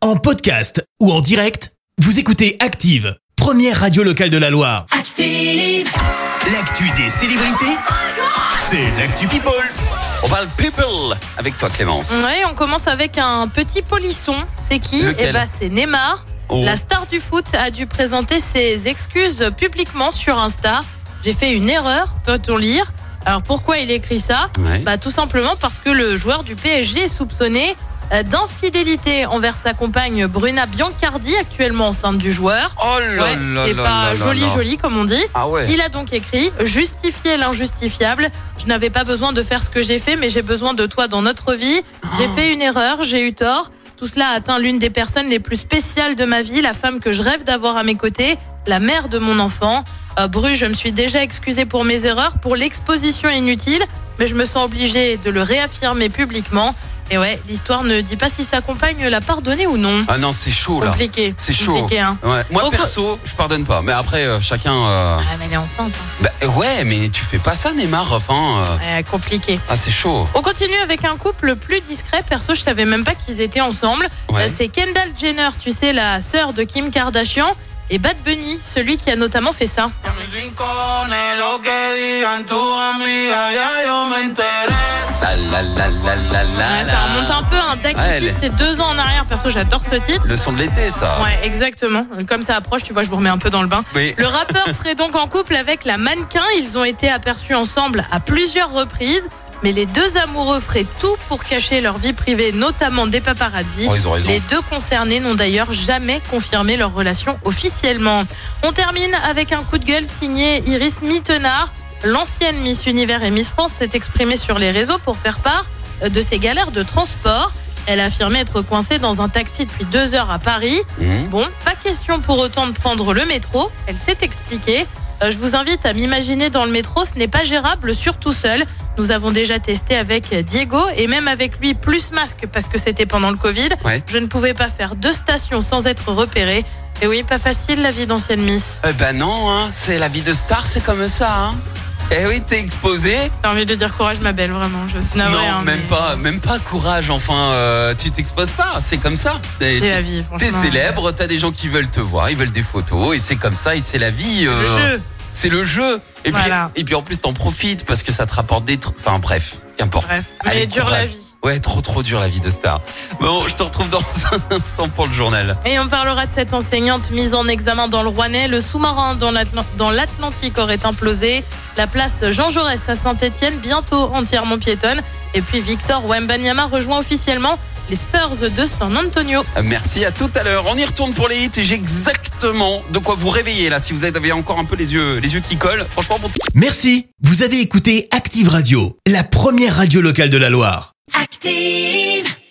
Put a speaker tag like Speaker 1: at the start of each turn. Speaker 1: En podcast ou en direct, vous écoutez Active, première radio locale de la Loire.
Speaker 2: Active,
Speaker 1: L'actu des célébrités, c'est l'actu People.
Speaker 3: On parle people avec toi Clémence.
Speaker 4: Ouais, on commence avec un petit polisson. C'est qui
Speaker 3: Lequel
Speaker 4: Eh ben, c'est Neymar.
Speaker 3: Oh.
Speaker 4: La star du foot a dû présenter ses excuses publiquement sur Insta. J'ai fait une erreur, peut-on lire. Alors pourquoi il écrit ça
Speaker 3: Ouais.
Speaker 4: Bah tout simplement parce que le joueur du PSG est soupçonné euh, d'infidélité envers sa compagne Bruna Biancardi, actuellement enceinte du joueur.
Speaker 3: Oh là
Speaker 4: Ouais,
Speaker 3: là
Speaker 4: c'est
Speaker 3: là
Speaker 4: pas
Speaker 3: là
Speaker 4: joli
Speaker 3: là.
Speaker 4: joli comme on dit.
Speaker 3: Ah ouais.
Speaker 4: Il a donc écrit Justifier l'injustifiable. Je n'avais pas besoin de faire ce que j'ai fait, mais j'ai besoin de toi dans notre vie. J'ai
Speaker 3: Ah.
Speaker 4: fait une erreur, j'ai eu tort. Tout cela a atteint l'une des personnes les plus spéciales de ma vie, la femme que je rêve d'avoir à mes côtés, la mère de mon enfant. Euh, Bru, je me suis déjà excusée pour mes erreurs, pour l'exposition inutile, mais je me sens obligée de le réaffirmer publiquement. Et ouais, l'histoire ne dit pas si sa compagne l'a pardonné ou non.
Speaker 3: Ah non, c'est chaud là.
Speaker 4: Compliqué.
Speaker 3: C'est chaud.
Speaker 4: Compliqué, hein.
Speaker 3: Ouais. Moi
Speaker 4: Au-
Speaker 3: perso, je pardonne pas. Mais après, euh, chacun. euh,
Speaker 4: Ah, mais elle est enceinte. hein.
Speaker 3: bah, ouais, mais tu fais pas ça, Neymar. Enfin, euh,
Speaker 4: Ouais, compliqué.
Speaker 3: ah c'est chaud.
Speaker 4: On continue avec un couple plus discret. Perso, je savais même pas qu'ils étaient ensemble.
Speaker 3: Ouais.
Speaker 4: Euh, C'est Kendall Jenner, tu sais, la sœur de Kim Kardashian, et Bad Bunny, celui qui a notamment fait ça.
Speaker 5: A mis rincones, lo que digan tu amiga, ya yo me enteré.
Speaker 3: La, la, la, la, la, la,
Speaker 4: Ouais,
Speaker 3: la.
Speaker 4: ça remonte un peu à un Duck
Speaker 3: Ah Ouais, elle-
Speaker 4: Kiss,
Speaker 3: Ah.
Speaker 4: c'était deux ans en arrière. Perso, j'adore ce titre.
Speaker 3: Le son de l'été, ça.
Speaker 4: Ouais, exactement. Comme ça approche, tu vois, je vous remets un peu dans le bain.
Speaker 3: Oui.
Speaker 4: Le rappeur serait donc en couple avec la mannequin. Ils ont été aperçus ensemble à plusieurs reprises. Mais les deux amoureux feraient tout pour cacher leur vie privée, notamment des paparazzis.
Speaker 3: Oh, ils ont raison.
Speaker 4: Les deux concernés n'ont d'ailleurs jamais confirmé leur relation officiellement. On termine avec un coup de gueule signé Iris Mittenard. L'ancienne Miss Univers et Miss France s'est exprimée sur les réseaux pour faire part de ses galères de transport. Elle a affirmé être coincée dans un taxi depuis deux heures à Paris.
Speaker 3: Mhm.
Speaker 4: Bon, pas question pour autant de prendre le métro. Elle s'est expliquée. Euh, je vous invite à m'imaginer dans le métro, ce n'est pas gérable, surtout seul. Nous avons déjà testé avec Diego et même avec lui plus masque parce que c'était pendant le Covid.
Speaker 3: Ouais.
Speaker 4: Je ne pouvais pas faire deux stations sans être repéré. Et oui, pas facile la vie d'ancienne Miss.
Speaker 3: Eh ben non, hein. c'est la vie de star, c'est comme ça. Hein. Eh oui, t'es exposé.
Speaker 4: T'as envie de dire courage ma belle, vraiment. Je suis navrée.
Speaker 3: non,
Speaker 4: hein,
Speaker 3: même
Speaker 4: mais
Speaker 3: pas, même pas courage. Enfin, euh, tu t'exposes pas. C'est comme ça. T'es-
Speaker 4: C'est la vie,
Speaker 3: T'es
Speaker 4: franchement.
Speaker 3: célèbre, t'as des gens qui veulent te voir, ils veulent des photos, et c'est comme ça, et c'est la vie.
Speaker 4: Le
Speaker 3: euh,
Speaker 4: jeu.
Speaker 3: C'est le jeu. Et,
Speaker 4: Voilà.
Speaker 3: puis, et puis en plus, t'en profites parce que ça te rapporte des trucs. Enfin bref, qu'importe.
Speaker 4: Bref,
Speaker 3: Allez,
Speaker 4: mais dure
Speaker 3: courage.
Speaker 4: la vie.
Speaker 3: Ouais, trop trop dur la vie de star. Bon, je te retrouve dans un instant pour le journal.
Speaker 4: Et on parlera de cette enseignante mise en examen dans le Rouennais. Le sous-marin dans l'Atlan- dans l'Atlantique aurait implosé. La place Jean Jaurès à Saint-Etienne, bientôt entièrement piétonne. Et puis Victor Wembanyama rejoint officiellement les Spurs de San Antonio.
Speaker 3: Merci, à tout à l'heure. On y retourne pour les hits et j'ai exactement de quoi vous réveiller là si vous avez encore un peu les yeux, les yeux qui collent. Franchement, pour
Speaker 1: Merci, vous avez écouté Active Radio, la première radio locale de la Loire.
Speaker 2: active.